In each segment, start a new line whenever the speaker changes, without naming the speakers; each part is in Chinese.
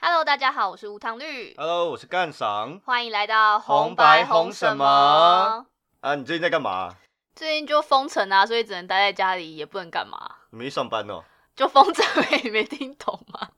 Hello，大家好，我是无糖绿，
Hello，我是干赏
欢迎来到
呃红白红什么？啊！你最近在干嘛？
最近就封城啊，所以只能待在家里，也不能干嘛，
你没去上班哦？
就封城， 你没听懂吗？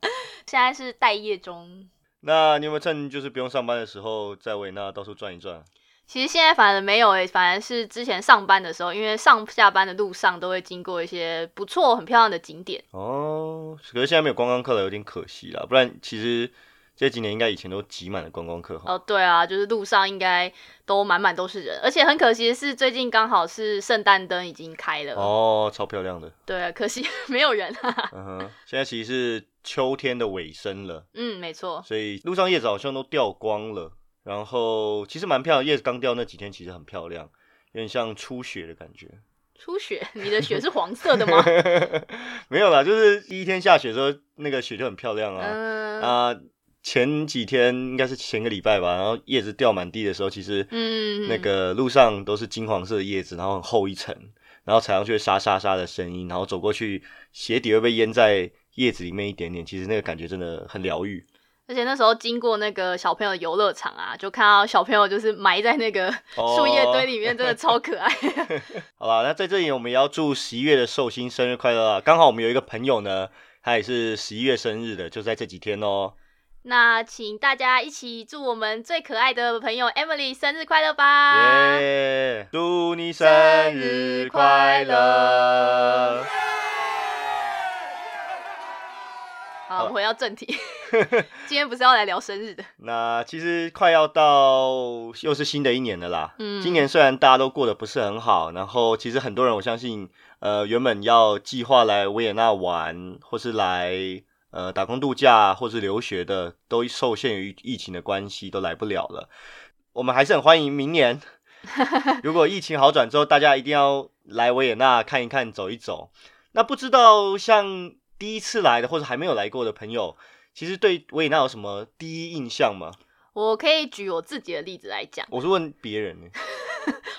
现在是待业中。
那你有没有趁就是不用上班的时候，在维也纳到处转一转？
其实现在反而没有诶、反而是之前上班的时候，因为上下班的路上都会经过一些不错、很漂亮的景点。
哦，可是现在没有观光客了，有点可惜啦。不然其实这几年应该以前都挤满了观光客哈。
哦，对啊，就是路上应该都满满都是人，而且很可惜的是，最近刚好是圣诞灯已经开了，
哦，超漂亮的。
对，啊可惜 没有人啊。
嗯哼，现在其实是秋天的尾声了，
嗯，没错，
所以路上叶子好像都掉光了。然后其实蛮漂亮，叶子刚掉那几天其实很漂亮，有点像初雪的感觉。
初雪，你的雪是黄色的吗？
没有啦，就是第一天下雪的时候，那个雪就很漂亮啊。
嗯、
啊、前几天应该是前个礼拜吧，然后叶子掉满地的时候，其实
嗯，
那个路上都是金黄色的叶子，然后很厚一层，然后踩上去会沙沙沙的声音，然后走过去鞋底会被淹在叶子里面一点点，其实那个感觉真的很疗愈。
而且那时候经过那个小朋友游乐场啊，就看到小朋友就是埋在那个
哦
树叶堆里 面，真的超可爱。
好啦，那在这里我们也要祝十一月的寿星生日快乐啊！刚好我们有一个朋友呢，他也是十一月生日的，就在这几天哦。
那请大家一起祝我们最可爱的朋友 Emily 生日快乐吧！
耶！祝你生日快乐！
好，我们回到正 题，今天不是要来聊生日的，
那其实快要到又是新的一年了啦。
嗯
今年虽然大家都过得不是很好，然后其实很多人我相信，呃，原本要计划来维也纳玩，或是来呃打工度假，或是留学的，都受限于疫情的关系，都来不了了。我们还是很欢迎明年，如果疫情好转之后，大家一定要来维也纳看一看、走一走。那不知道像第一次来的或者还没有来过的朋友，其实对维也纳有什么第一印象吗？
我可以举我自己的例子来讲，
我是问别人呢。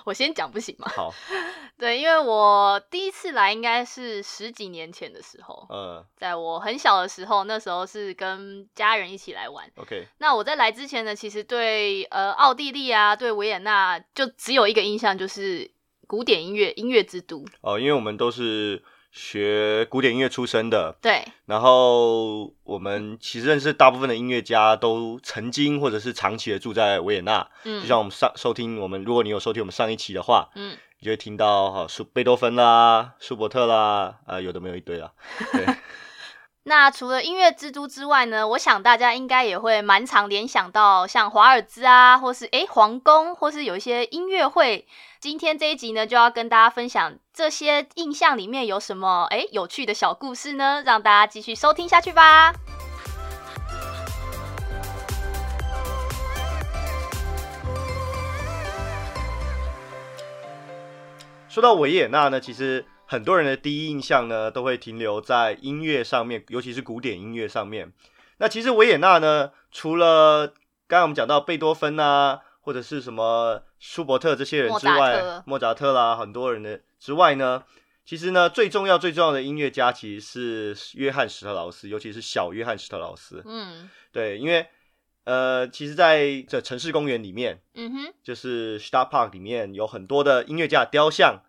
我先讲不行吗？
好，
对，因为我第一次来应该是十几年前的时候，
呃
在我很小的时候，那时候是跟家人一起来玩。
，OK，
那我在来之前呢，其实对呃奥地利啊，对维也纳就只有一个印象，就是古典音乐音乐之都。
哦，因为我们都是学古典音乐出身的，
对，
然后我们其实认识大部分的音乐家都曾经或者是长期的住在维也纳。
嗯，
就像我们上收听我们，如果你有收听我们上一期的话，
嗯，
你就会听到哈舒贝多芬啦、舒伯特啦，啊、有的没有一堆啦。对，
那除了音乐之都之外呢，我想大家应该也会蛮常联想到像华尔兹啊，或是诶皇宫，或是有一些音乐会。今天这一集呢，就要跟大家分享这些印象里面有什么诶有趣的小故事呢，让大家继续收听下去吧。
说到维也纳呢，其实很多人的第一印象呢，都会停留在音乐上面，尤其是古典音乐上面。那其实维也纳呢，除了刚才我们讲到贝多芬啊，或者是什么舒伯特这些人之
莫扎
外，
特
莫扎特啦，很多人的之外呢，其实呢，最重要最重要的音乐家其实是约翰史特劳斯，尤其是小约翰史特劳斯。
嗯
对，因为呃，其实在这城市公园里面，
嗯哼，
就是 Star Park 里面有很多的音乐家的雕像，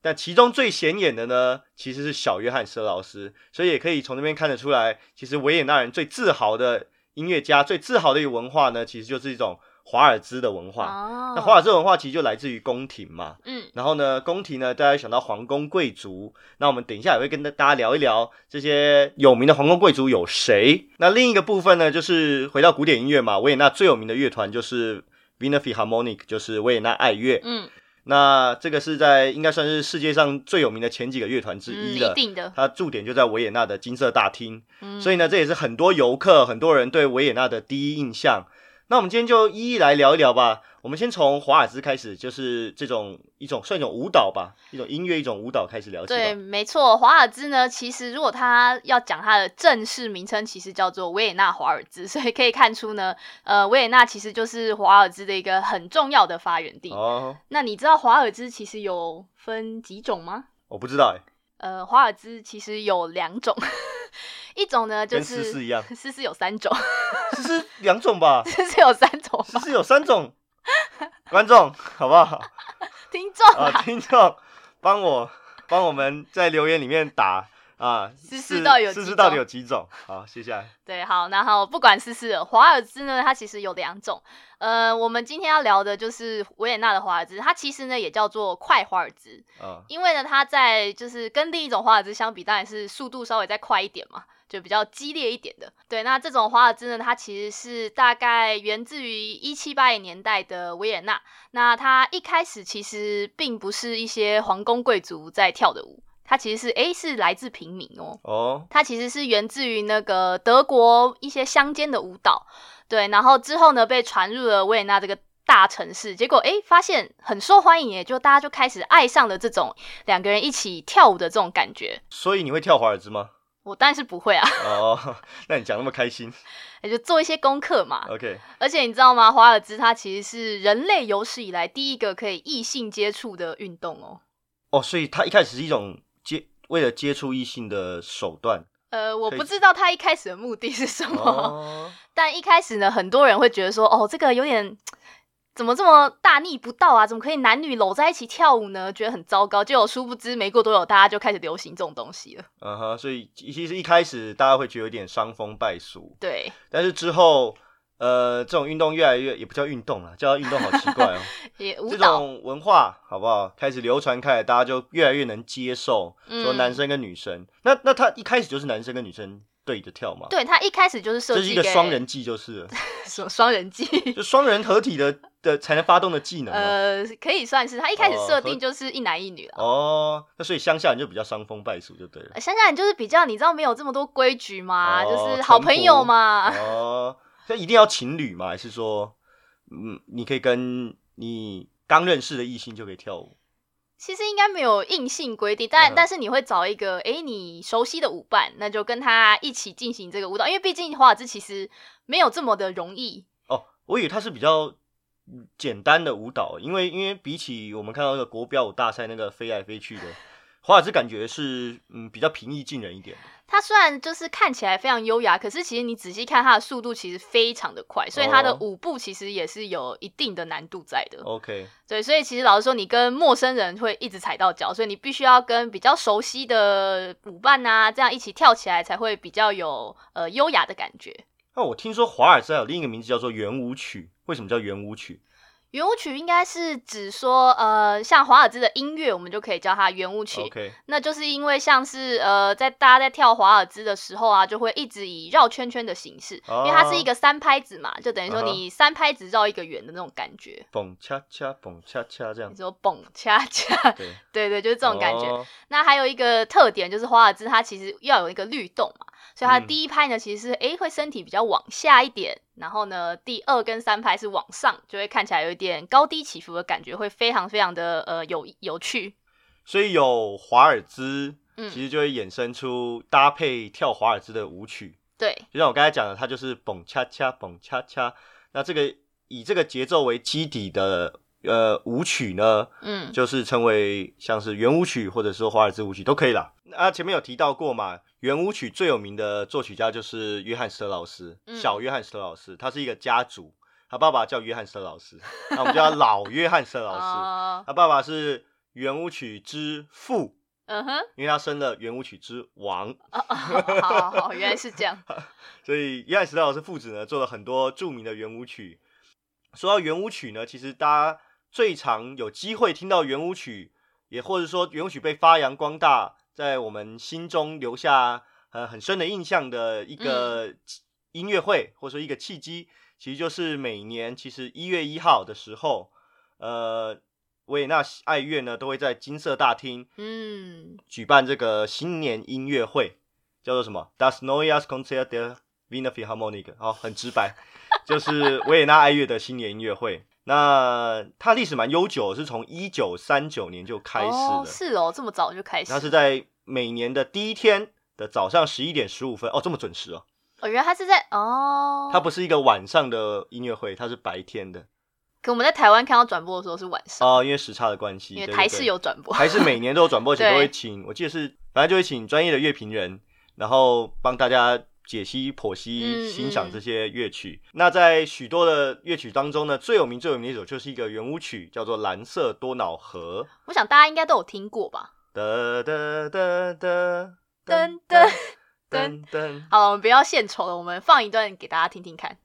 但其中最显眼的呢，其实是小约翰·施特劳斯，所以也可以从那边看得出来，其实维也纳人最自豪的音乐家、最自豪的一个文化呢，其实就是一种华尔兹的文化。
哦
那华尔兹文化其实就来自于宫廷嘛，
嗯
然后呢，宫廷呢，大家想到皇宫贵族，那我们等一下也会跟大家聊一聊这些有名的皇宫贵族有谁。那另一个部分呢，就是回到古典音乐嘛，维也纳最有名的乐团就是 Vienna Philharmonic，就是维也纳爱乐。
嗯，
那这个是在应该算是世界上最有名的前几个乐团之
嗯
一
一
了。
定的，
它驻点就在维也纳的金色大厅，
嗯
所以呢，这也是很多游客、很多人对维也纳的第一印象。那我们今天就一一来聊一聊吧。我们先从华尔兹开始，就是这种一种算一种舞蹈吧，一种音乐、一种舞蹈开始聊起吧。
对，没错，华尔兹呢，其实如果他要讲它的正式名称，其实叫做维也纳华尔兹， 所以可以看出呢，呃，维也纳其实就是华尔兹的一个很重要的发源地。
哦，
那你知道华尔兹其实有分几种吗？
我不知道哎、
呃，华尔兹其实有两种， 一种呢就
跟
是
诗诗一样，
诗诗有三种，
诗诗两种吧，
诗诗有三种
诗
吧？
诗有三种，观众好不好？
听众啊，
啊，听众帮我 帮我们在留言里面打啊，
诗诗到底有
诗
几
诗到底
种
有几种？好，谢啊谢。
对，好，然后不管是是华尔兹呢，它其实有两种。呃，我们今天要聊的就是维也纳的华尔兹，它其实呢也叫做快华尔兹，
啊，
因为呢它在就是跟另一种华尔兹相比，当然是速度稍微再快一点嘛，就比较激烈一点的。对，那这种华尔兹呢，它其实是大概源自于一七八零年代的维也纳。那它一开始其实并不是一些皇宫贵族在跳的舞，它其实是诶是来自平民哦。
哦，
它其实是源自于那个德国一些乡间的舞蹈，对，然后之后呢被传入了维也纳这个大城市，结果诶发现很受欢迎耶，也就大家就开始爱上了这种两个人一起跳舞的这种感觉。
所以你会跳华尔兹吗？
我当然是不会啊，
哦，那你讲那么开心
也就做一些功课嘛。
，OK，
而且你知道吗？华尔兹它其实是人类有史以来第一个可以异性接触的运动哦。
哦，所以它一开始是一种接为了接触异性的手 段。
呃，我
可以
不知道它一开始的目的是什么。
哦，
但一开始呢，很多人会觉得说，哦，这个有点怎么这么大逆不道啊？怎么可以男女搂在一起跳舞呢？觉得很糟糕。结果殊不知，没过多久，大家就开始流行这种东西了。
嗯哼，所以其实一开始大家会觉得有点伤风败俗，
对，
但是之后，呃，这种运动越来越也不叫运动了，叫运动好奇怪哦。
也 舞
这
蹈，
种文化好不好？开始流传开来，大家就越来越能接受，
嗯
说男生跟女生。那那他一开始就是男生跟女生对着跳嘛？，
对他一开始就是设
这
计
是一个
给
双人技，就是了
什么 双人技。
就双人合体的的才能发动的技能嘛。
呃，可以算是他一开始
哦
设
和
定就是一男一女了。
哦，那所以乡下人就比较伤风败俗就对了。
呃乡下人就是比较，你知道没有这么多规矩嘛，
哦
就是好朋友嘛，
哦，所以一定要情侣嘛？还是说，嗯，你可以跟你刚认识的异性就可以跳舞？
其实应该没有硬性规定，但、
嗯
但是你会找一个诶你熟悉的舞伴，那就跟他一起进行这个舞蹈，因为毕竟华尔兹其实没有这么的容易。
哦，我以为它是比较嗯简单的舞蹈，因为因为比起我们看到那个国标舞大赛那个飞来飞去的，华尔兹感觉是嗯比较平易近人一点的。
他虽然就是看起来非常优雅，可是其实你仔细看他的速度其实非常的快，所以他的
哦
舞步其实也是有一定的难度在的。
OK，
对，所以其实老实说，你跟陌生人会一直踩到脚，所以你必须要跟比较熟悉的舞伴啊，这样一起跳起来才会比较有呃优雅的感觉。
那我听说华尔兹还有另一个名字叫做圆舞曲，为什么叫圆舞曲？
圆舞曲应该是指说，呃，像华尔兹的音乐，我们就可以叫它圆舞曲。
OK，
那就是因为像是呃，在大家在跳华尔兹的时候啊，就会一直以绕圈圈的形式，
哦
因为它是一个三拍子嘛，就等于说
嗯哼
你三拍子绕一个圆的那种感 觉。
蹦恰恰蹦恰恰这样
你，说蹦恰恰，
对，
对对，就是这种感觉。
哦
那还有一个特点就是华尔兹它其实要有一个律动嘛，所以它的
嗯
第一拍呢其实是诶会身体比较往下一点，然后呢第二跟三拍是往上，就会看起来有一点高低起伏的感觉，会非常非常的呃有有趣。
所以有华尔兹，
嗯
其实就会衍生出搭配跳华尔兹的舞曲。
对，
就像我刚才讲的，它就是蹦恰恰蹦恰恰。那这个以这个节奏为基底的呃舞曲呢，
嗯，
就是称为像是圆舞曲或者说华尔兹舞曲都可以啦。啊，前面有提到过嘛，圆舞曲最有名的作曲家就是约翰·施特劳斯，
嗯
小约翰·施特劳斯，他是一个家族，他爸爸叫约翰·施特劳斯，那我们叫他老约翰·施特劳斯。
哦
他爸爸是圆舞曲之父，
嗯哼，
因为他生了圆舞曲之王。
哦哦好好好，原来是这样。
所以约翰·史特劳斯父子呢做了很多著名的圆舞曲。说到圆舞曲呢，其实大家最常有机会听到圆舞曲，也或者说圆舞曲被发扬光大，在我们心中留下呃很深的印象的一个音乐会、或者说一个契机，其实就是每年其实一月一号的时候，呃，维也纳爱乐呢都会在金色大厅
嗯，
举办这个新年音乐会，叫做什么？Das Neues Konzert der Wiener Philharmoniker。哦，很直白，就是维也纳爱乐的新年音乐会。 那它历史蛮悠久，是从一九三九年就开始
哦，
的。
是哦，这么早就开始
它。是在每年的第一天的早上十一点十五分。哦，这么准时哦！
哦，原来它是在哦，
它不是一个晚上的音乐会，它是白天的。
可我们在台湾看到转播的时候是晚上，
哦，因为时差的关系，
因为
对
台视。有转
对对
播。
台视每年都有转播，而且都
对
会请，我记得是，反正就会请专业的乐评人然后帮大家解析、剖析、
嗯
欣赏这些乐曲。那在许多的乐曲当中呢，最有名、最有名的一首就是一个圆舞曲，叫做《蓝色多瑙河》。
我想大家应该都有听过吧？
哒哒哒哒
噔
噔
噔
噔噔。
好，我们不要献丑了，我们放一段给大家听听看。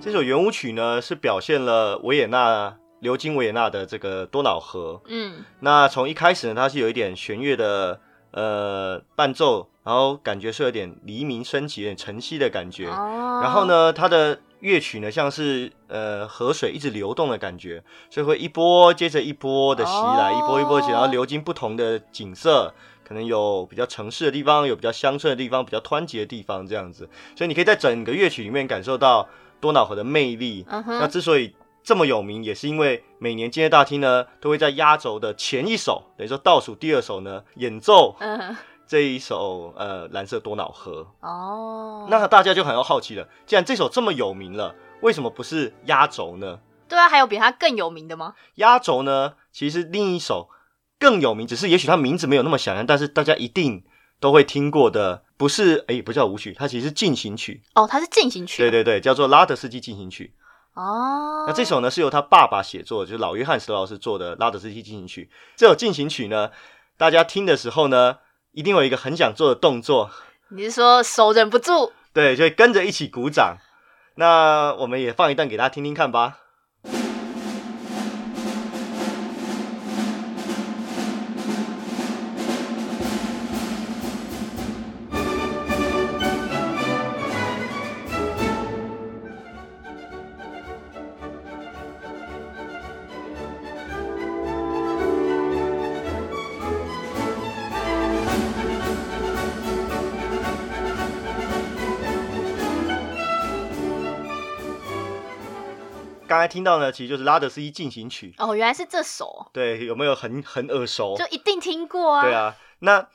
这首圆舞曲呢，是表现了维也纳流经维也纳的这个多瑙河。
嗯，
那从一开始呢，它是有一点弦乐的呃伴奏，然后感觉是有点黎明升起、有点晨曦的感觉。
哦
然后？呢，它的乐曲呢，像是呃河水一直流动的感觉，所以会一波接着一波的袭来，
哦
一波一波袭，然后流经不同的景色，可能有比较城市的地方，有比较乡村的地方，比较湍急的地方这样子。所以你可以在整个乐曲里面感受到多瑙河的魅力。
嗯
那
哼，
之所以这么有名，也是因为每年今夜大厅呢，都会在压轴的前一首，等于说倒数第二首呢，演奏
嗯，
这一首呃《蓝色多瑙河》。
哦，
那大家就很好奇了，既然这首这么有名了，为什么不是压轴呢？
对啊，还有比他更有名的吗？
压轴呢，其实另一首更有名，只是也许它名字没有那么响亮，但是大家一定都会听过的，不是诶，不叫舞曲，它其实是进行曲，
哦，他是进行曲。
对。对对，叫做拉德斯基进行曲。
哦，
那这首呢是由他爸爸写作的，就是老约翰·史老师做的《拉德斯基进行曲》。这首进行曲呢，大家听的时候呢，一定有一个很想做的动作，
你是说手忍不住？
对，就会跟着一起鼓掌。那我们也放一段给大家听听看吧。刚才听到呢，其实就是《拉德斯基进行曲》。
哦，原来是这首，
对，有没有很很耳熟？
就一定听过啊。
哦对。啊。那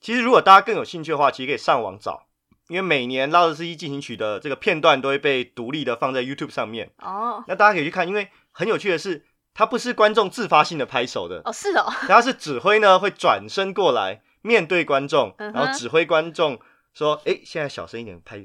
其实如果大家更有兴趣的话，其实可以上网找，因为每年《拉德斯基进行曲》的这个片段都会被独立的放在 YouTube 上面。
哦，
那大家可以去看，因为很有趣的是，它不是观众自发性的拍手的，
哦是哦，
然后是指挥呢会转身过来面对观众，
嗯
然
哼
后指挥观众说：“哎，现在小声一点拍。”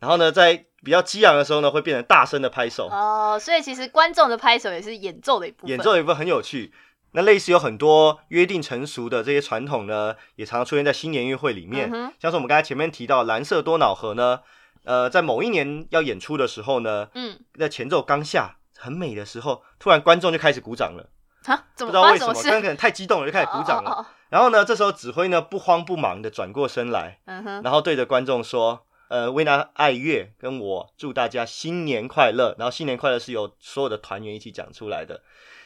然后呢，在比较激昂的时候呢，会变成大声的拍手。
哦，所以其实观众的拍手也是演奏的一部分。
演奏有一部分很有趣。那类似有很多约定成熟的这些传统呢，也常常出现在新年音乐会里
嗯
面。
哼
像是我们刚才前面提到《蓝色多瑙河》呢，呃，在某一年要演出的时候呢，
嗯，
在前奏刚下很美的时候，突然观众就开始鼓掌了，
哈，怎么
不知道
发
为
生
什
什
么，
么事？
可能可能太激动了就开始鼓掌
哦哦
了。
哦哦
然后呢，这时候指挥呢不慌不忙的转过身来，
嗯哼，
然后对着观众说：“呃，薇娜爱乐跟我祝大家新年快乐。”然后新年快乐是由所有的团员一起讲出来的。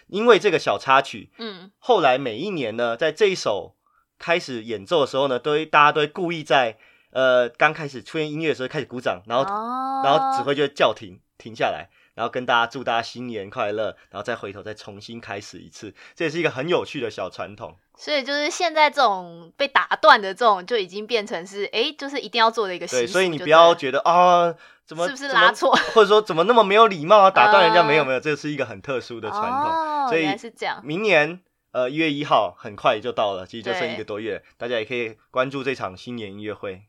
因为这个小插曲，
嗯，
后来每一年呢，在这一首开始演奏的时候呢，都会大家都会故意在呃刚开始出现音乐的时候开始鼓掌，然后、
哦，
然后指挥就会叫停，停下来，然后跟大家祝大家新年快乐，然后再回头再重新开始一次，这也是一个很有趣的小传统。
所以就是现在这种被打断的这种，就已经变成是哎、诶就是一定要做的一个习
对，
俗
所以你
就
不要
对
觉得啊。怎么
是不是
怎么
拉错
或者说怎么那么没有礼貌啊，打断人家
嗯
没有没有，这是一个很特殊的
了
传统。
哦、
所以
原来是这样。
明年呃一月一号很快就到了，其实就剩
对
一个多月，大家也可以关注这场新年音乐会。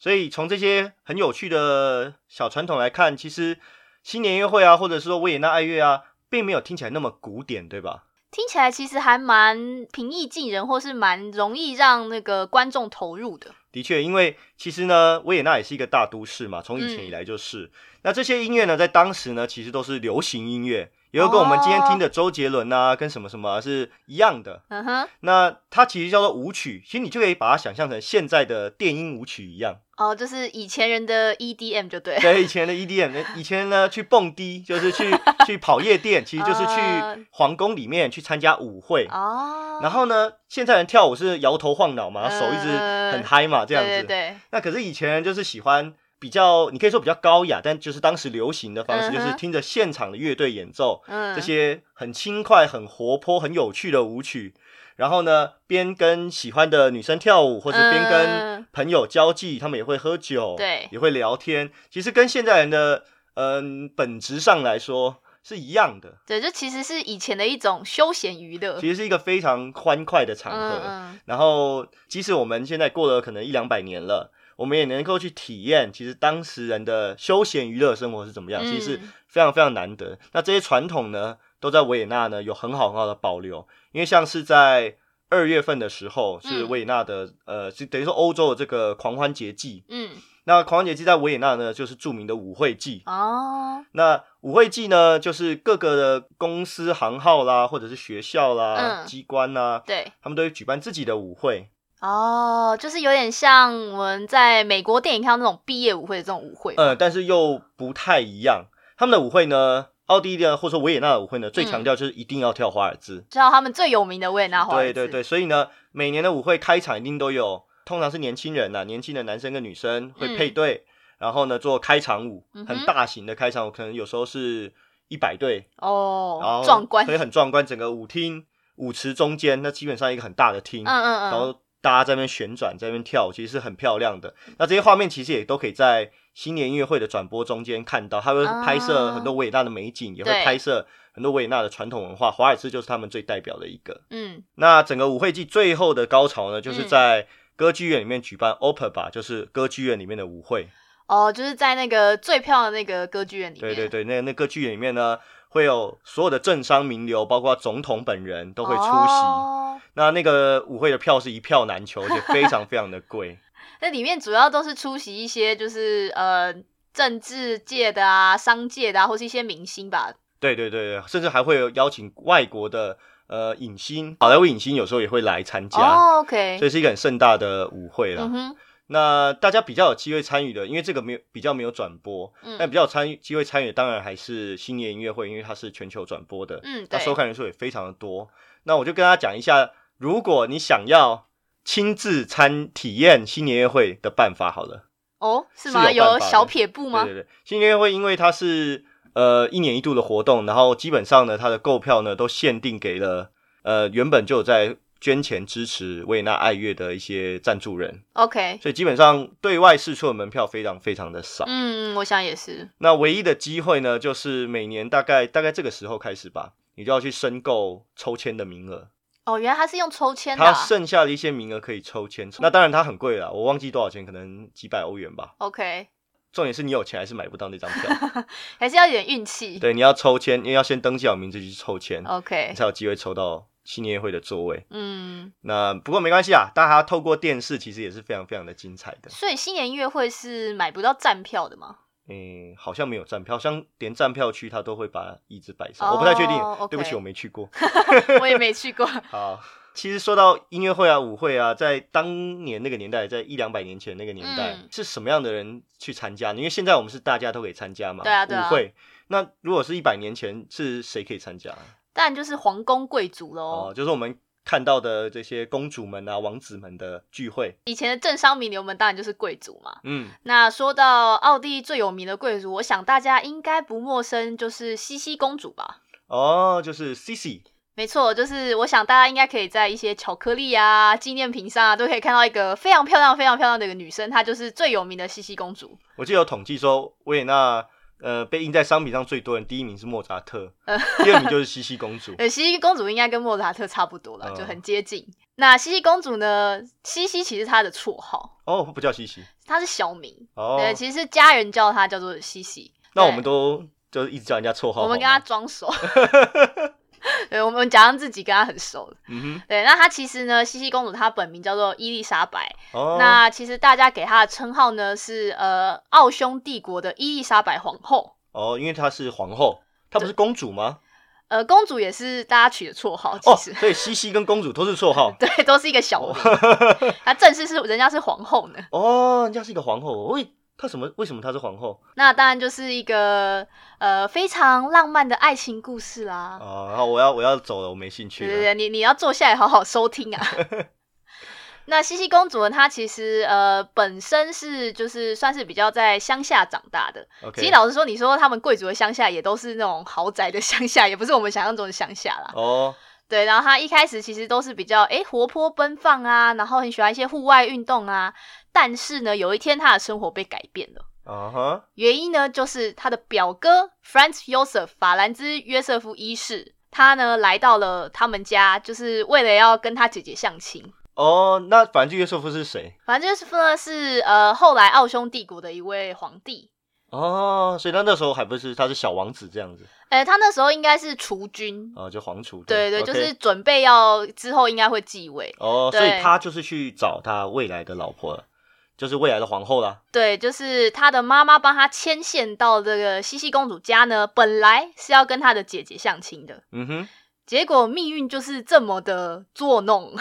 所以从这些很有趣的小传统来看，其实新年音乐会啊，或者是说维也纳爱乐啊，并没有听起来那么古典，对吧？
听起来其实还蛮平易近人，或是蛮容易让那个观众投入的。
的确，因为其实呢，维也纳也是一
嗯
个大都市嘛，从以前以来就是。那这些音乐呢，在当时呢，其实都是流行音乐，也有跟我们今天听
哦
的周杰伦啊，跟什么什么啊是一样的。
嗯哼，
那它其实叫做舞曲，其实你就可以把它想象成现在的电音舞曲一样。
哦，就是以前人的 EDM 就对，
对，以前的 E EDM，以前呢去蹦迪就是去去跑夜店，其实就是
嗯
去皇宫里面去参加舞会。
哦，
然后呢，现在人跳舞是摇头晃脑嘛，
嗯
手一直很
嗯
嗨嘛，这样子。
对对对，
那可是以前人就是喜欢比较，你可以说比较高雅，但就是当时流行的方式，
嗯哼
就是听着现场的乐队演奏、
嗯，
这些很轻快、很活泼、很有趣的舞曲，然后呢，边跟喜欢的女生跳舞，或是边跟
嗯
朋友交际，他们也会喝酒，
对
也会聊天。其实跟现在人的嗯、本质上来说是一样的，
对，就其实是以前的一种休闲娱乐，
其实是一个非常欢快的场合。
嗯
然后，即使我们现在过了可能一两百年了，我们也能够去体验，其实当时人的休闲娱乐生活是怎么样，
嗯
其实是非常非常难得。那这些传统呢，都在维也纳呢有很好很好的保留，因为像是在二月份的时候，是
嗯
维也纳的、呃，是等于说欧洲的这个狂欢节季。
嗯
那狂欢节季在维也纳呢，就是著名的舞会季。
嗯哦，
那舞会季呢，就是各个的公司行号啦，或者是学校啦、
嗯
机关啦，
对。
他们都会举办自己的舞会。
哦，就是有点像我们在美国电影看到那种毕业舞会的这种舞会，
呃，但是又不太一样。他们的舞会呢，奥地利的或者说维也纳的舞会呢，最
嗯
强调就是一定要跳华尔兹。
知道他们最有名的维也纳花
对对对，所以呢，每年的舞会开场一定都有，通常是年轻人呐、年轻的男生跟女生会配对，然后呢做开场舞，
嗯嗯哼
很大型的开场舞，可能有时候是一百对，然
哦
后，
壮观，
所以很壮观，整个舞厅舞池中间，那基本上一个很大的厅，
嗯嗯
然
嗯，
后大家在那边旋转，在那边跳，其实是很漂亮的。那这些画面其实也都可以在新年音乐会的转播中间看到，它会
啊
拍摄很多维也纳的美景，也会
对
拍摄很多维也纳的传统文化。华尔兹就是他们最代表的一个。
嗯，
那整个舞会季最后的高潮呢，就是
嗯
在歌剧院里面举办 opera，吧就是歌剧院里面的舞会。
哦，就是在那个最漂亮的那个歌剧院里面，
对对对，那那歌剧院里面呢，会有所有的政商名流，包括总统本人都
都
会出席。
哦
那那个舞会的票是一票难求，而且非常非常的贵。
那里面主要都是出席一些就是呃政治界的啊、商界的啊，或是一些明星吧。
对对对对，甚至还会有邀请外国的呃影星，好莱坞影星有时候也会来参加，
哦
所
，OK，
以是一个很盛大的舞会啦。
嗯哼，
那大家比较有机会参与的，因为这个没有比较没有转播，
嗯
但比较有参与机会参与，当然还是新年音乐会，因为它是全球转播的，
嗯，
那
对，
收看人数也非常的多。那我就跟大家讲一下，如果你想要亲自参体验新年音乐会的办法好了。
哦，是
是
吗？
有办法的
小撇步吗
对？对对，新年音乐会因为它是呃一年一度的活动，然后基本上呢，它的购票呢都限定给了呃原本就有在捐钱支持维也纳爱乐的一些赞助人，
，OK，
所以基本上对外释出的门票非常非常的少。
嗯，我想也是，
那唯一的机会呢，就是每年大概大概这个时候开始吧。你就要去申购抽签的名额，
哦，原来他是用抽签的
它
啊、
剩下的一些名额可以抽签。那当然它很贵啦，我忘记多少钱，可能几百欧元吧。
OK，
重点是你有钱还是买不到那张票。
还是要有点运气
对，你要抽签，因为要先登记好名字去抽签，你
，OK，
才有机会抽到新年夜会的座位。
嗯，
那不过没关系啊，大家透过电视其实也是非常非常的精彩的。
所以新年音乐会是买不到站票的吗？
嗯，好像没有站票，好像连站票区他都会把椅子摆上，我不太确定
哦，OK
对不起，我没去过。
我也没去过，
好，其实说到音乐会啊、舞会啊，在当年那个年代，在一两百年前那个年代，
嗯
是什么样的人去参加呢？因为现在我们是大家都可以参加嘛，
对啊对啊
舞会。那如果是一百年前，是谁可以参加？
但就是皇宫贵族
哦
喽，，
就是我们看到的这些公主们啊、王子们的聚会。
以前的政商名流们当然就是贵族嘛。
嗯，
那说到奥地利最有名的贵族，我想大家应该不陌生，就是茜茜公主吧？
哦，就是 Cici，
没错，就是我想大家应该可以在一些巧克力啊、纪念品上啊，都可以看到一个非常漂亮、非常漂亮的一个女生，她就是最有名的茜茜公主。
我记得有统计说，维也纳呃被印在商品上最多人，第一名是莫 扎特，
嗯
第二名就是茜茜公主。
呃，茜茜公主应该跟莫扎特差不多了，
嗯
就很接近。那茜茜公主呢？茜茜其实她的绰号，
哦，不叫茜茜
她是小名，
哦，
对，其实是家人叫她叫做茜茜。
那
对
我们都就是一直叫人家绰号好吗，啊
我们跟她装熟， 对，我们假装自己跟她很熟。
嗯
对，那她其实呢，茜茜公主她本名叫做伊丽莎白。
哼，哦，
那其实大家给她的称号呢是呃奥匈帝国的伊丽莎白皇后。
哦，因为她是皇后，她不是公主吗？
呃，公主也是大家取的绰号，其
哦
实、，。
对，西西跟公主都是绰号
对，都是一个小名。她正式是人家是皇后呢，
哦，人家是一个皇后，喂，她什么？为什么她是皇后
那当然就是一个呃非常浪漫的爱情故事啦。
啊？然后我要我要走了，我没兴趣
对对对，
了。
你你要坐下来好好收听 啊。那西西公主呢？她其实呃本身是就是算是比较在乡下长大的。
OK，
其实老实说，你说他们贵族的乡下也都是那种豪宅的乡下，也不是我们想象中的乡下啦。
哦，
对，然后她一开始其实都是比较诶活泼奔放啊，然后很喜欢一些户外运动啊。但是呢，有一天她的生活被改变了。
啊哈，
原因呢，就是他的表哥 Franz Joseph 法兰兹约瑟夫一世，他呢来到了他们家，就是为了要跟他姐姐相亲。
哦，那反正就约瑟夫是谁？
反正就是呢是呃后来奥匈帝国的一位皇帝，
哦，所以他那时候还不是他是小王子这样子
呃他那时候应该是储君，
啊，就皇储。
对对，
OK
就是准备要之后应该会继位，
哦，所以
对
他就是去找他未来的老婆，就是未来的皇后啦。
对，就是他的妈妈帮他牵线到这个西西公主家呢，本来是要跟他的姐姐相亲的，
嗯哼，
结果命运就是这么的作 弄。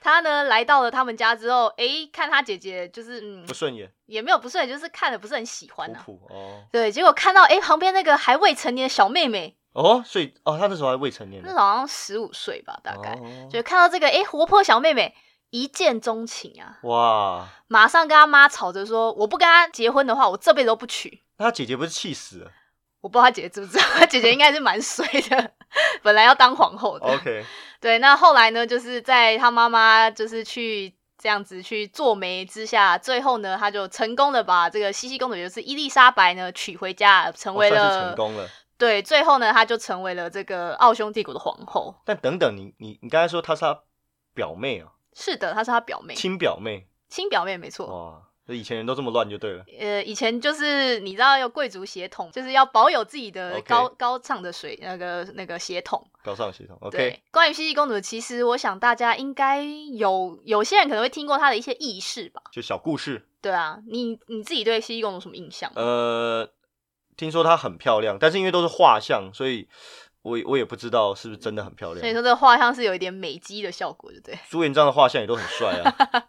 他呢来到了他们家之后，诶，看他姐姐就是嗯
不，顺眼，
也没有不顺眼，就是看了不是很喜欢
普
啊。
普哦
对，结果看到诶旁边那个还未成年的小妹妹，
哦，所以哦，他那时候还未成年
那
呢，
时候好像十五岁吧，大概、
哦
就看到这个诶活泼小妹妹，一见钟情啊，
哇，
马上跟他妈吵着说，我不跟他结婚的话，我这辈子都不娶。
那他姐姐不是气死 了
我不知道他姐姐知不知道，他姐姐应该是蛮衰的，本来要当皇后的。
？OK，
对，那后来呢，就是在他妈妈就是去这样子去做媒之下，最后呢，他就成功的把这个西西公主，也就是伊丽莎白呢娶回家，成
我
为
哦算
了、
是成功了。
对，最后呢，她就成为了这个奥匈帝国的皇后。
但等等，你你你刚才说她是他表妹啊，
是的，她是她表妹，
亲哦表妹
亲表妹没错。
哇，这以前人都这么乱就对了。
呃，以前就是你知道有贵族血统，就是要保有自己的
OK
高高尚的水那个那个血统。
高尚系统，OK，
对，关于西西公主，其实我想大家应该有有些人可能会听过她的一些轶事吧。
就小故事。
对啊，你你自己对西西公主有什么印象吗？
呃，听说她很漂亮，但是因为都是画像，所以我我也不知道是不是真的很漂
所以
亮。
说这个画像是有一点美肌的效果，对不对？
朱元璋的画像也都很帅啊。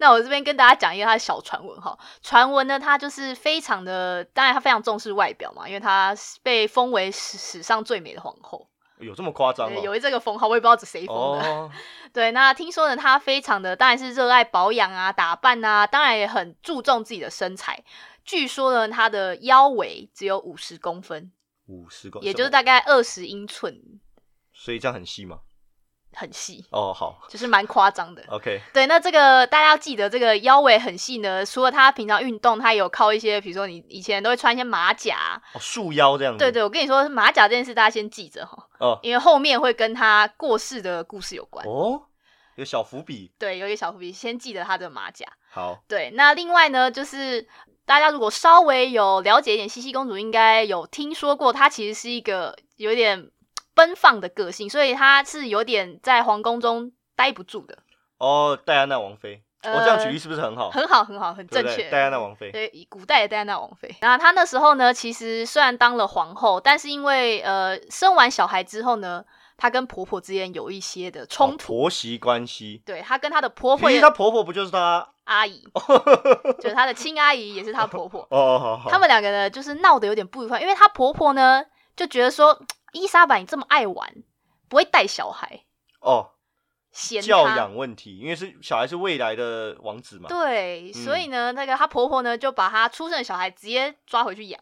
那我这边跟大家讲一个他的小传闻哈。传闻呢，他就是非常的，当然他非常重视外表嘛，因为他被封为史史上最美的皇后，
有这么夸张
对
哦？
有一这个封号，我也不知道是谁封的。
哦，
对，那听说呢，他非常的，当然是热爱保养啊、打扮啊，当然也很注重自己的身材。据说呢，他的腰围只有五十公分，
五十公，
也就是
什么，
大概二十英寸，
所以这样很细嘛。
很细，
哦，好
就是蛮夸张的。
，OK，
对，那这个大家要记得，这个腰围很细呢。除了他平常运动，他也有靠一些，比如说你以前都会穿一些马甲。
哦，束腰这样子。
对对，我跟你说，马甲这件事大家先记着哈，
哦
因为后面会跟他过世的故事有关。
哦，有小伏笔。
对，有一个小伏笔，先记得他的马甲。
好，
对，那另外呢，就是大家如果稍微有了解一点，西西公主应该有听说过，她其实是一个有点奔放的个性，所以她是有点在皇宫中待不住的。
哦，戴安娜王妃，我、哦、这样举例是不是很好？
呃很好，很好，很正
对不对
确。嗯
戴安娜王妃。
对，以古代的戴安娜王妃。然后她那时候呢，其实虽然当了皇后，但是因为呃生完小孩之后呢，她跟婆婆之间有一些的冲
哦
突。
婆媳关系。
对她跟她的婆婆
其
也
实她婆婆不就是她？
阿 姨，就是她的亲阿姨，也是她婆婆。
哦， 好好。
她们两个呢，就是闹得有点不愉快，因为她婆婆呢就觉得说，伊莎白你这么爱玩，不会带小孩，
哦，
嫌
教
她
养问题，因为是小孩是未来的王子嘛，
对，
嗯
所以呢，那个她婆婆呢就把她出生的小孩直接抓回去养，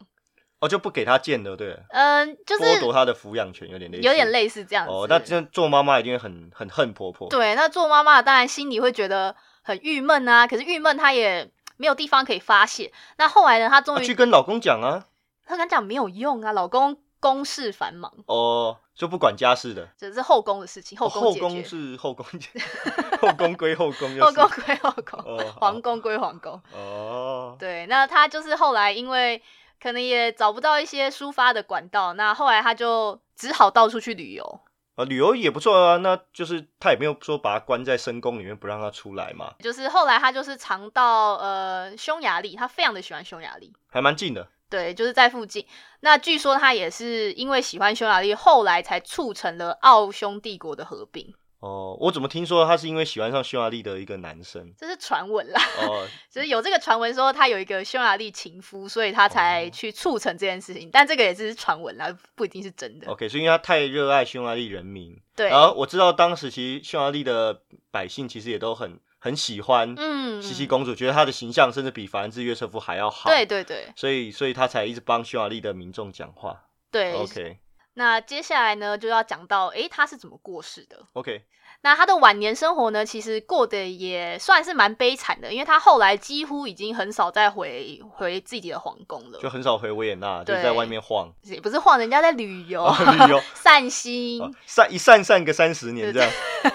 哦，就不给他见的，对了，
嗯，就是
剥夺他的抚养权，有点类似，
有点类似这样子。
哦，那这样做妈妈一定很很恨婆婆，
对，那做妈妈的当然心里会觉得很郁闷啊，可是郁闷她也没有地方可以发泄。那后来呢，她终
啊去
于
跟老公讲啊，
她敢讲没有用啊，老公公事繁忙，
哦，就不管家事的，
这是后宫的事情，
哦
后宫解决，
宫是后宫， 后宫归后宫，就是
后宫归后宫，
哦，好
皇宫归皇宫。
哦，
对，那她就是后来因为可能也找不到一些抒发的管道，那后来她就只好到处去旅游。
啊，旅游也不错啊，那就是他也没有说把他关在深宫里面不让他出来嘛，
就是后来她就是尝到呃匈牙利，她非常的喜欢匈牙利。
还蛮近的，
对，就是在附近。那据说他也是因为喜欢匈牙利，后来才促成了奥匈帝国的合并，
哦，我怎么听说他是因为喜欢上匈牙利的一个男生？
这是传闻啦。
哦，
只是有这个传闻说他有一个匈牙利情夫，所以他才
哦
去促成这件事情。但这个也只是传闻啦，不一定是真的。
OK，是因为他太热爱匈牙利人民。
对，
然后我知道当时其实匈牙利的百姓其实也都很很喜欢
嗯，
茜茜公主，觉得她的形象甚至比法兰兹约瑟夫还要好。
对，对对
所以所以他才一直帮匈牙利的民众讲话。
对。
OK
那接下来呢，就要讲到诶，他是怎么过世的？
OK，
那他的晚年生活呢，其实过得也算是蛮悲惨的，因为他后来几乎已经很少再回回自己的皇宫了
就，很少回维也纳，就
对
是在外面晃，
也不是晃人家在旅游、
哦旅游
散心，
哦散一散散个三十年这样。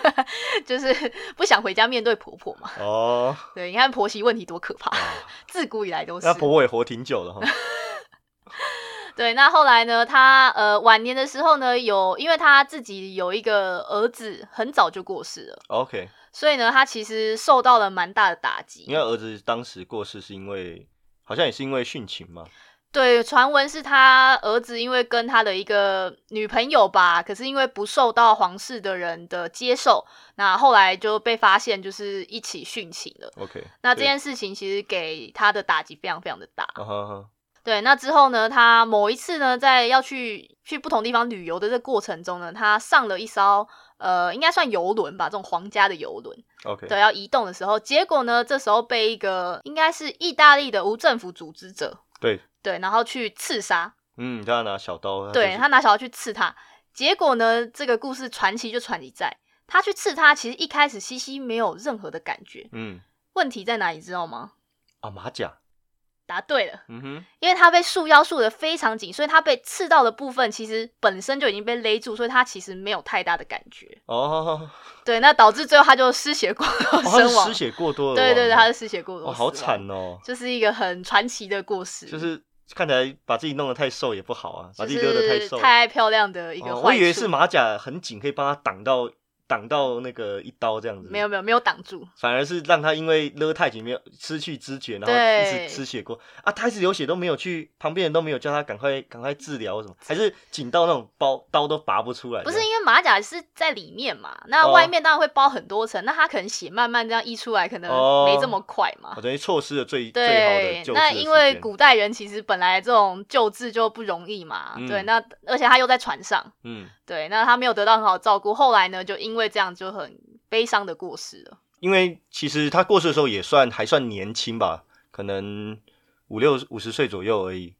就是不想回家面对婆婆嘛。
哦，
对，你看婆媳问题多可怕，自古以来都是
啊那。婆婆也活挺久了哈。
对，那后来呢，他呃晚年的时候呢，有因为他自己有一个儿子，很早就过世了，
OK，
所以呢，他其实受到了蛮大的打击。
因为儿子当时过世是因为好像也是因为殉情嘛。
对，传闻是他儿子因为跟他的一个女朋友吧，可是因为不受到皇室的人的接受，那后来就被发现就是一起殉情了。
OK，
那这
对
件事情其实给他的打击非常非常的大。
啊哈哈
对，那之后呢，他某一次呢，在要去去不同地方旅游的这个过程中呢，他上了一艘呃，应该算游轮吧，这种皇家的游轮，
OK，
对，要移动的时候，结果呢，这时候被一个应该是意大利的无政府组织者，
对
对，然后去刺杀，
嗯，他拿小刀，他就
对
是
他拿小刀去刺他，结果呢，这个故事传奇就传奇在他去刺他，其实一开始西西没有任何的感觉，
嗯
问题在哪里知道吗？
啊马甲，
答对了。
嗯哼，
因为它被束腰束的非常紧，所以它被刺到的部分其实本身就已经被勒住，所以它其实没有太大的感觉。
哦，
对，那导致最后它就失血过多
哦他 是
身亡。
失血过多了，
对对对，它
哇
是失血过多，
哇，好惨，哦，
就是一个很传奇的故事，
就是看起来把自己弄得太瘦也不好啊，把
就
自己溜得太
是
瘦。
太爱漂亮的一个坏
哦
处。
我以为是马甲很紧，可以帮他挡到挡到那个一刀这样子，
没有，没有没有挡住，
反而是让他因为勒太紧，没有失去知觉，然后
对
一直失血过啊，他一直流血都没有去，旁边人都没有叫他赶快赶快治疗什么，还是紧到那种包刀都拔不出来这
不
样，
是因为马甲是在里面嘛，那
哦
外面当然会包很多层，那它可能血慢慢这样溢出来，可能
哦
没这么快嘛。
我等于错失了最最好
对
的，救治的
那
时
因为
间
古代人其实本来这种救治就不容易嘛，
嗯
对，那而且他又在船上，
嗯，
对，那他没有得到很好的照顾，后来呢，就因为这样就很悲伤的过世了。
因为其实他过世的时候也算还算年轻吧，可能五六五十岁左右而已，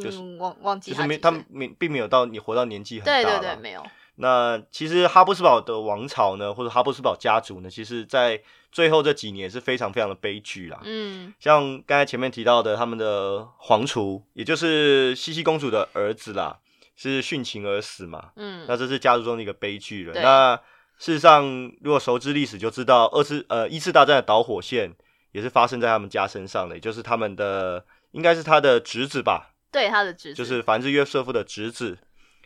就是
嗯，忘忘记
就
他
是没
几
他
岁
没并没有到你活到年纪很大
对对
啦
对，没有，
那其实哈布斯堡的王朝呢，或者哈布斯堡家族呢，其实在最后这几年也是非常非常的悲剧啦。
嗯，
像刚才前面提到的，他们的皇储，也就是茜茜公主的儿子啦，是殉情而死嘛。那
嗯，
这是家族中的一个悲剧了。
对
那事实上，如果熟知历史就知道，二次呃一次大战的导火线也是发生在他们家身上的，也就是他们的应该是他的侄子吧，
对他的侄子，
就是凡兹约瑟夫的侄子，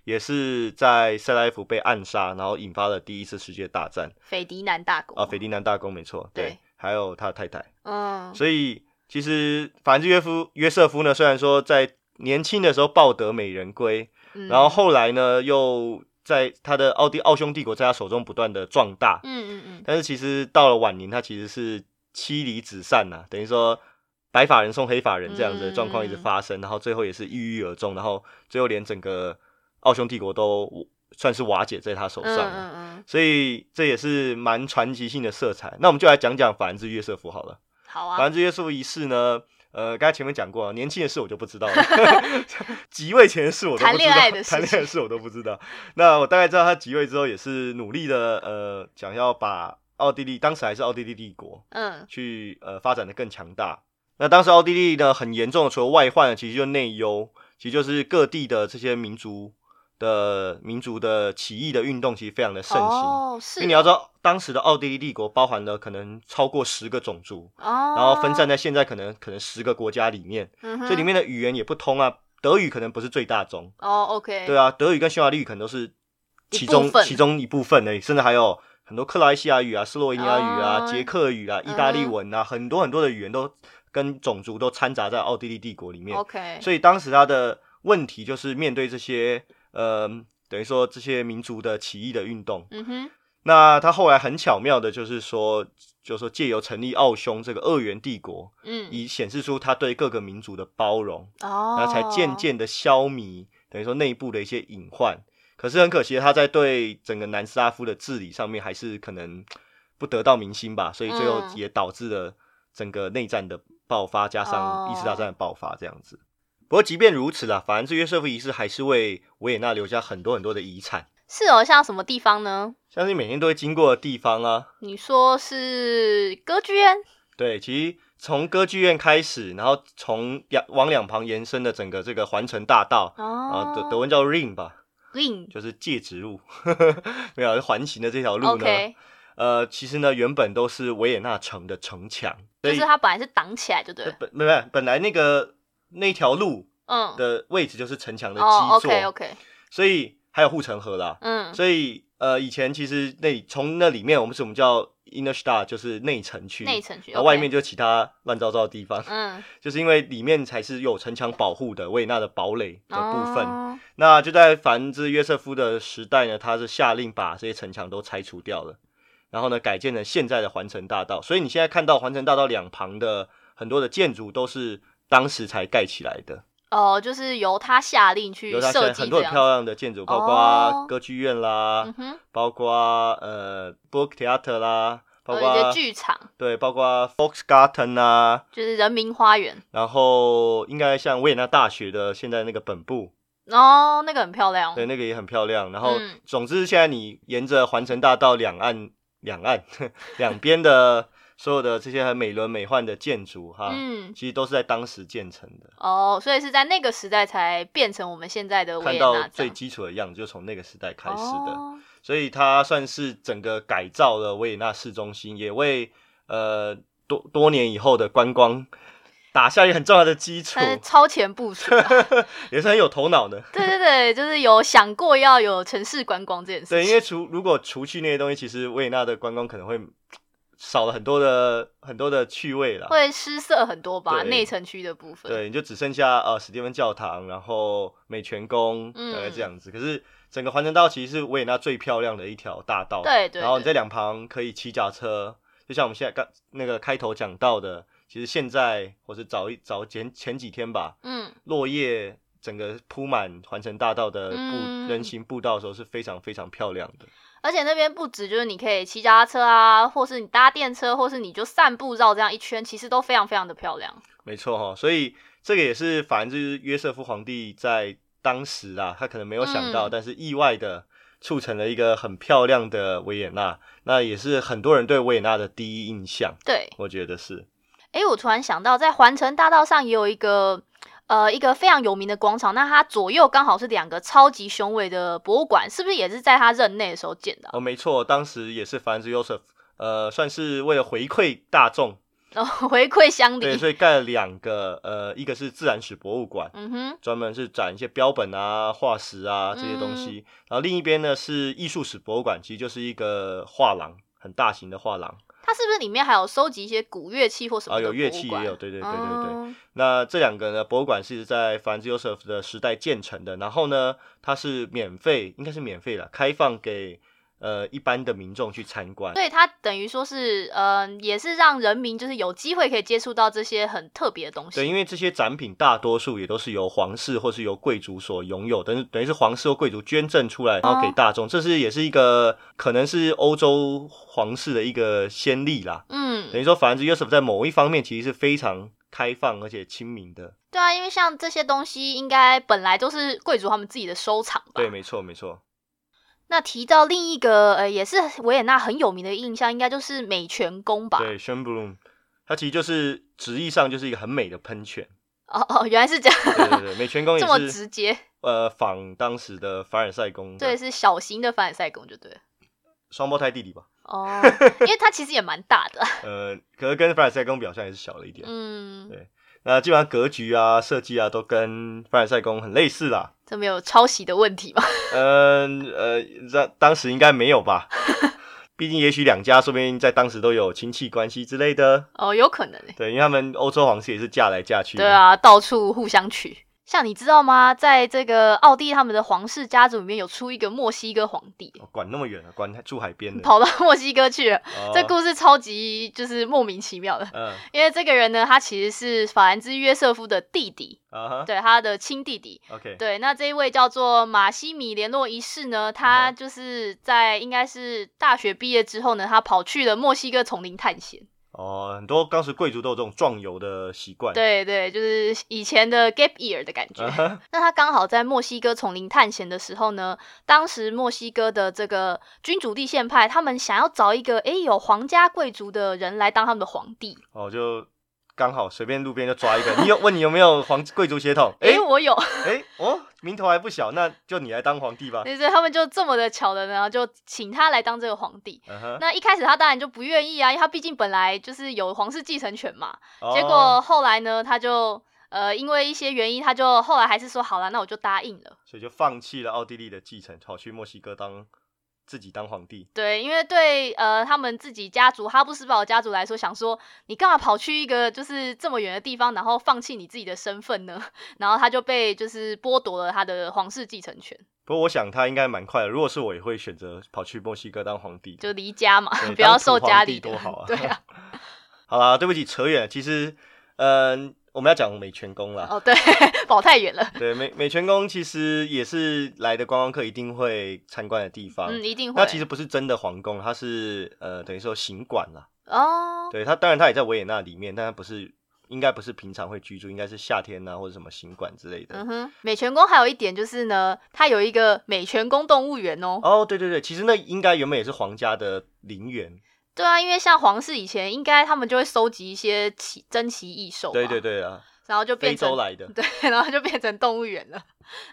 也是在塞莱夫被暗杀，然后引发了第一次世界大战
斐迪南大公
啊，斐迪南大公没错，对，
对
还有他的太太，
嗯，
所以其实凡兹约夫约瑟夫呢，虽然说在年轻的时候抱得美人归，
嗯
然后，后来呢又在他的奥地奥匈帝国在他手中不断的壮大，
嗯嗯嗯，
但是其实到了晚年，他其实是妻离子散呐、等于说白发人送黑发人这样子的状况一直发
嗯
生，然后最后也是抑郁而终，然后最后连整个奥匈帝国都算是瓦解在他手上
嗯
了。
嗯嗯，
所以这也是蛮传奇性的色彩。那我们就来讲讲法兰兹约瑟夫好了。
好
法
啊，
兰兹约瑟夫一世呢，呃，刚才前面讲过，年轻的事我就不知 道了，即位前的事我都
谈
不知道，
恋爱的事
谈恋爱的事我都不知道。那我大概知道他即位之后也是努力的，呃，想要把奥地利当时还是奥地利帝国
嗯
去呃发展的更强大。那当时奥地利呢很严重的，除了外患，其实就内忧，其实就是各地的这些民族的民族的起义的运动，其实非常的盛行。
哦，
因
是
为你要知道，当时的奥地利帝国包含了可能超过十个种族，
哦，
然后分散在现在可能可能十个国家里面，
嗯哼，
所以里面的语言也不通啊。德语可能不是最大宗，
哦，OK，
对啊，德语跟匈牙利语可能都是其
一部
中
分
其中一部分而已，甚至还有很多克罗埃西亚语啊、斯洛文尼亚语啊、
哦
捷克语啊、意大利文啊，很多很多的语言都跟种族都掺杂在奥地利帝国里面。
OK，
所以当时他的问题就是面对这些呃，等于说这些民族的起义的运动。
嗯哼，
那他后来很巧妙的，就是说，就是说借由成立奥匈这个二元帝国，
嗯，
以显示出他对各个民族的包容，
哦，
然后才渐渐的消弭，等于说内部的一些隐患。可是很可惜，他在对整个南斯拉夫的治理上面还是可能不得到民心吧，所以最后
嗯
也导致了整个内战的爆发，加
哦
上一次大战的爆发这样子。不过即便如此啦，法兰兹约瑟夫一世还是为维也纳留下很多很多的遗产，
是哦，像什么地方呢？
像是每天都会经过的地方啊，
你说是歌剧院？
对，其实从歌剧院开始，然后从两往两旁延伸的整个这个环城大道，啊，
哦，
德德文叫 Ring 吧，
Ring
就是戒指路， 没有啊环形的这条路呢
OK，
呃，其实呢原本都是维也纳城的城墙，所
就是
以呃
它本来是挡起来，就对了。
本没有本来那个那条路
嗯，
的位置就是城墙的
哦
基座，
，OK OK，
所以还有护城河啦，
嗯，
所以呃以前其实那里从那里面我们什么叫 Inner Star，就是内城区，
内城区，
然后外
OK
面，就其他乱糟糟的地方。
嗯，
就是因为里面才是有城墙保护的维也纳的堡垒的部分。
哦
那就在凡兹约瑟夫的时代呢，他是下令把这些城墙都拆除掉了，然后呢改建成现在的环城大道。所以你现在看到环城大道两旁的很多的建筑都是当时才盖起来的，
哦，就是由他下令去
有它现
设
在
计
很多
这样
很漂
子
亮的建筑，包
哦
括歌剧院啦，
嗯哼，
包括呃 Book Theater 啦，包
有呃一些
括
剧场，
对，包括 Volksgarten 啊，
就是人民花园。
然后应该像维也纳大学的现在那个本部，
哦，那个很漂亮。
对，那个也很漂亮。然后，
嗯
总之现在你沿着环城大道两岸、两岸 两边的所有的这些很美轮美奂的建筑，哈，
嗯，
其实都是在当时建成的。
哦，所以是在那个时代才变成我们现在的维
看
也
到
纳这
最
样
基础的样子，就从那个时代开始的，
哦
所以它算是整个改造了维也纳市中心，也为呃多多年以后的观光打下一个很重要的基础
它，是超前部署啊、
也是很有头脑的。
对对对，就是有想过要有城市观光这件事
对，
情。
因为除如果除去那些东西，其实维也纳的观光可能会少了很多的很多的趣味啦。
会失色很多吧，
对
内城区的部分。，
对，你就只剩下呃史蒂芬教堂，然后美泉宫，
嗯
大概这样子。可是整个环城道其实是维也纳最漂亮的一条大道。
对对
然后你
对
在两旁可以骑脚车，就像我们现在刚那个开头讲到的，其实现在或是早一早前前几天吧，
嗯，
落叶整个铺满环城大道的步、
嗯
人行步道的时候是非常非常漂亮的。
而且那边不止就是你可以骑脚踏车啊，或是你搭电车，或是你就散步绕这样一圈，其实都非常非常的漂亮。
没错哈、所以这个也是法兰兹约瑟夫皇帝在当时啊，他可能没有想到，
嗯
但是意外的促成了一个很漂亮的维也纳，那也是很多人对维也纳的第一印象，
对，
我觉得是。
诶，我突然想到，在环城大道上也有一个呃一个非常有名的广场，那它左右刚好是两个超级雄伟的博物馆，是不是也是在他任内的时候建的啊、
哦，没错，当时也是法兰兹约瑟夫，呃，算是为了回馈大众，
然后 回馈乡
对，
里。
所以盖了两个，呃，一个是自然史博物馆。
嗯哼，
专门是展一些标本啊、化石啊这些东西，然后另一边呢是艺术史博物馆，其实就是一个画廊，很大型的画廊。
它是不是里面还有收集一些古乐器或什么
啊，
的博
有
物馆？
乐器也有，对对对对对。
哦
那这两个呢，博物馆是在凡兹约瑟夫的时代建成的，然后呢，它是免费，应该是免费的，开放给呃一般的民众去参观。
所以它等于说是，呃，也是让人民就是有机会可以接触到这些很特别的东
对，
西。
因为这些展品大多数也都是由皇室或是由贵族所拥有，等于等于是皇室或贵族捐赠出来，然
哦
后给大众。这是也是一个可能是欧洲皇室的一个先例啦。
嗯，
等于说，法兰兹约瑟夫在某一方面其实是非常开放而且亲民的。
对啊，因为像这些东西应该本来都是贵族他们自己的收藏吧。
对，没错，没错。
那提到另一个呃，也是维也纳很有名的印象，应该就是美泉宫吧？
对 s h e n b l u m 它其实就是直译上就是一个很美的喷泉。
哦哦，原来是这样，
对对对，美泉宫
这么
也是
直接。
呃仿当时的凡尔赛宫
对，
的
是小型的凡尔赛宫就对了。
双胞胎弟弟吧。
哦，因为它其实也蛮大的。
呃，可是跟凡尔赛宫比较像，还是小了一点。
嗯，
那基本上格局啊、设计啊都跟凡尔赛宫很类似啦。呃
这没有抄袭的问题吗？
嗯呃，当当时应该没有吧？ 毕竟也许两家说不定在当时都有亲戚关系之类的。
哦，有可能欸
对，因为他们欧洲皇室也是嫁来嫁去。
对，啊，到处互相取。像你知道吗？在这个奥地利他们的皇室家族里面，有出一个墨西哥皇帝，
管那么远啊，管住海边的。
跑到墨西哥去了。
哦
这故事超级就是莫名其妙的，
嗯
因为这个人呢，他其实是法兰兹约瑟夫的弟弟，
啊哈
对，他的亲弟弟。
，OK，
对，那这一位叫做马西米联络一世呢，他
嗯
就是在应该是大学毕业之后呢，他跑去了墨西哥丛林探险。
哦，很多当时贵族都有这种壮游的习惯。，
对对，就是以前的 gap year 的感觉。
啊哈，
那他刚好在墨西哥丛林探险的时候呢，当时墨西哥的这个君主立宪派，他们想要找一个诶有皇家贵族的人来当他们的皇帝。
哦，就刚好随便路边就抓一个，你有问你有没有皇贵族 血统？
诶，
哎
我有，
哎，哦，名头还不小，那就你来当皇帝吧。
对对，他们就这么的巧的呢，就请他来当这个皇帝。
嗯哼，
那一开始他当然就不愿意啊，因为他毕竟本来就是有皇室继承权嘛。
哦
结果后来呢，他就呃因为一些原因，他就后来还是说好了，那我就答应了。
所以就放弃了奥地利的继承，跑去墨西哥当自己当皇帝。
对，因为对呃他们自己家族哈布斯堡家族来说，想说你干嘛跑去一个就是这么远的地方，然后放弃你自己的身份呢？ 然后他就被就是剥夺了他的皇室继承权，
不过我想他应该蛮快的，如果是我也会选择跑去墨西哥当皇帝。
就离家嘛
对，
不要
当土
受
皇
家
帝
里的
多好啊
对 啊，
好啦，对不起，扯远了。其实，嗯、我们要讲美泉宫啦。
哦对，跑太远了，
对，美美泉宫其实也是来的观光客一定会参观的地方。
嗯，一定会。
那其实不是真的皇宫，它是呃，等于说行馆啦。
哦，
对，它当然它也在维也纳里面，但它不是，应该不是平常会居住，应该是夏天呐、啊或者什么行馆之类的。
嗯哼，美泉宫还有一点就是呢，它有一个美泉宫动物园哦。
哦，对对对，其实那应该原本也是皇家的陵园。
对啊，因为像皇室以前应该他们就会收集一些奇珍奇异兽，
对对，对啊，
然后就变
非洲
成
来的。
对，然后就变成动物园了。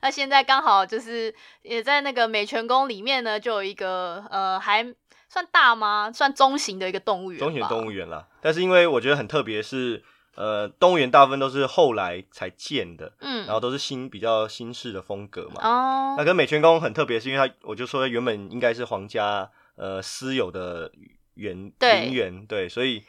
那现在刚好就是也在那个美泉宫里面呢，就有一个呃还算大吗？算中型的一个动物园吧。
中型动
物
物园啦。但是因为我觉得很特别是，呃，动物园大部分都是后来才建的，
嗯，
然后都是新比较新式的风格嘛。那
哦，
跟美泉宫很特别，是因为它我就说原本应该是皇家呃私有的园
对
陵园，对，所以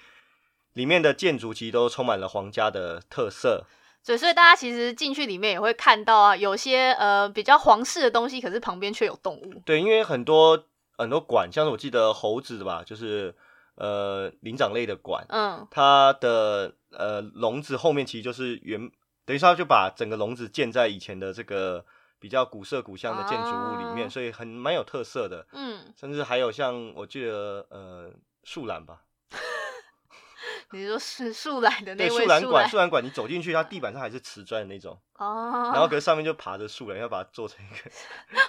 里面的建筑其实都充满了皇家的特色。
对，所以大家其实进去里面也会看到啊，有些呃比较皇室的东西，可是旁边却有动物。
对，因为很多很多馆，像是我记得猴子的吧，就是呃灵长类的馆，
嗯，
它的呃笼子后面其实就是原，等于说它就把整个笼子建在以前的这个比较古色古香的建筑物里面，
啊
所以很蛮有特色的。
嗯，
甚至还有像我记得呃树懒吧，
你说是树懒的那
对
位
树懒
树懒
馆，树懒馆你走进去，它地板上还是瓷砖的那种，
哦，
然后可是上面就爬着树懒，要把它做成一个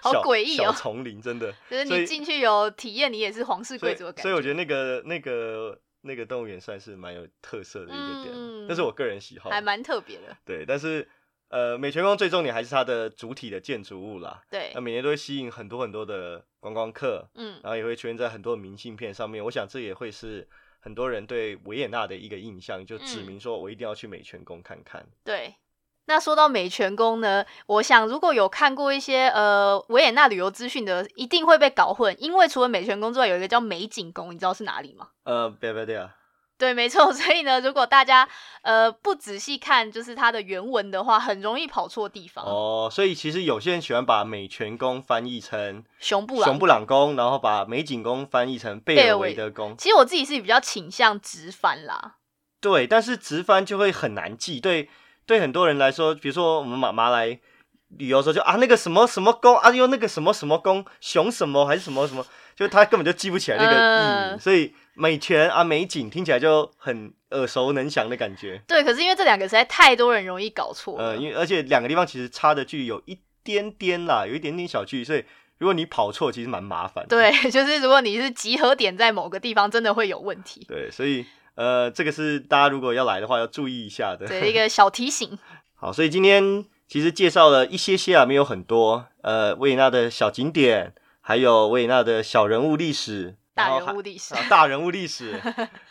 好
小
诡异哦
小丛林，真的。
就是
所
你
以
进去有体验，你也是皇室
所
贵
以
族的感
所以
觉。
我觉得那个那个那个动物园算是蛮有特色的一个点，
嗯
那是我个人喜好，
还蛮特别的，
对，但是呃，美泉宫最重点还是它的主体的建筑物啦。
对
那，每年都会吸引很多很多的观光客，
嗯，
然后也会出现在很多明信片上面。我想这也会是很多人对维也纳的一个印象，就指
嗯
明说我一定要去美泉宫看看。
对。那说到美泉宫呢，我想如果有看过一些呃维也纳旅游资讯的，一定会被搞混，因为除了美泉宫之外，有一个叫美景宫，你知道是哪里吗？
呃，别别别啊，
对，没错。所以呢，如果大家呃不仔细看就是它的原文的话，很容易跑错地方。
哦，所以其实有些人喜欢把美泉宫翻译成
熊布朗，
熊布朗宫，然后把美景宫翻译成贝
贝
尔
尔
维
维
德宫。
其实我自己是比较倾向直翻啦。
对，但是直翻就会很难记。对，对很多人来说，比如说我们妈妈来旅游的时候就，啊那个什么什么宫，啊又那个什么什么宫，熊什么还是什么什么，就他根本就记不起来那个意名，
嗯
所以美泉啊美景听起来就很耳熟能详的感觉。
对，可是因为这两个实在太多人容易搞错了。
呃，因为而且两个地方其实差的距离有一点点啦，有一点点小距离，所以如果你跑错，其实蛮麻烦的。
对， 就是如果你是集合点在某个地方，真的会有问题。
对，所以呃，这个是大家如果要来的话要注意一下的。
对，一个小提醒。
好，所以今天其实介绍了一些些啊，没有很多，呃，维也纳的小景点，还有维也纳的小人物历史，然
大
后
人物历史
还。啊大人物 历史，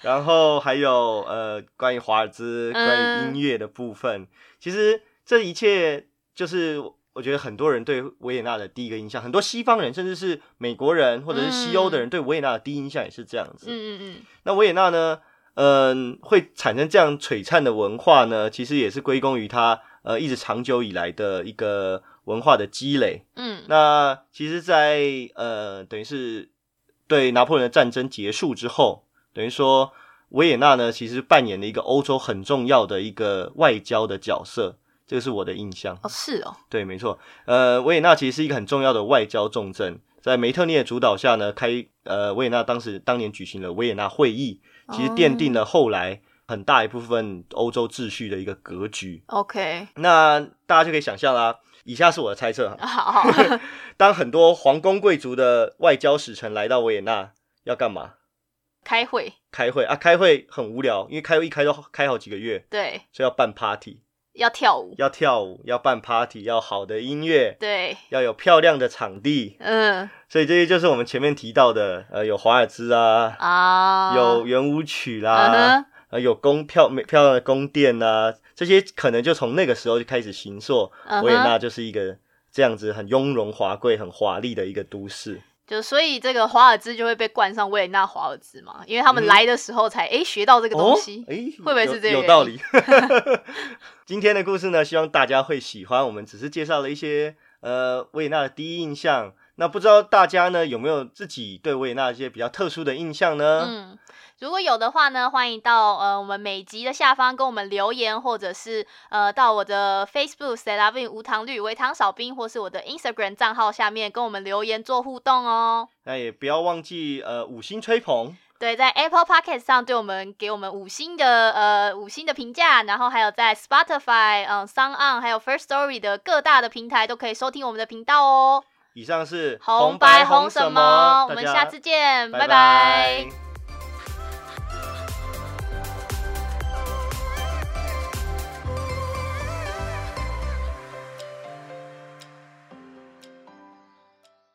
然后还有呃，关于华尔兹、关于
嗯
音乐的部分，其实这一切就是我觉得很多人对维也纳的第一个印象，很多西方人甚至是美国人或者是西欧的人对维也纳的第一印象也是这样子。
嗯嗯
那维也纳呢，嗯、会产生这样璀璨的文化呢，其实也是归功于它呃一直长久以来的一个文化的积累。
嗯嗯，
那其实在，呃，等于是对拿破仑的战争结束之后，等于说维也纳呢，其实扮演了一个欧洲很重要的一个外交的角色，这个是我的印象。
哦是哦，
对，没错。呃，维也纳其实是一个很重要的外交重镇，在梅特涅的主导下呢，开呃维也纳当时当年举行了维也纳会议，其实奠定了后来很大一部分欧洲秩序的一个格局。
OK，
那大家就可以想象啦，以下是我的猜测哈，
好，
当很多皇宫贵族的外交使臣来到维也纳，要干嘛？
开会，
开会啊！开会很无聊，因为开会一开都开好几个月，
对，
所以要办 party，
要跳舞，
要跳舞，要办 party，要好的音乐，
对，
要有漂亮的场地，
嗯
所以这些就是我们前面提到的，呃，有华尔兹啊，
啊，
有圆舞曲
嗯
啦，
哼，
呃，有宫漂美漂亮的宫殿呐、啊，这些可能就从那个时候就开始形塑，
嗯
维也
哼，
纳就是一个这样子很雍容华贵、很华丽的一个都市。
就所以这个华尔兹就会被冠上维也纳华尔兹嘛，因为他们
嗯
来的时候才诶学到这个东西
哦、，诶
会不会是这个
有有
原
道
因
理？ 今天的故事呢，希望大家会喜欢。我们只是介绍了一些呃维也纳的第一印象。那不知道大家呢有没有自己对维也纳一些比较特殊的印象呢？
嗯，如果有的话呢，欢迎到呃我们每集的下方跟我们留言，或者是呃到我的 Facebook s e l a v i n 无糖绿微糖少冰，或是我的 Instagram 账号下面跟我们留言做互动哦。
那也不要忘记呃五星吹捧。
对，在 Apple Podcast 上对我们给我们五星的呃五星的评价，然后还有在 Spotify、嗯 s o n On 还有 First Story 的各大的平台都可以收听我们的频道哦。
以上是
红白红
什
么？我
大
们
家
下次见，
拜
拜拜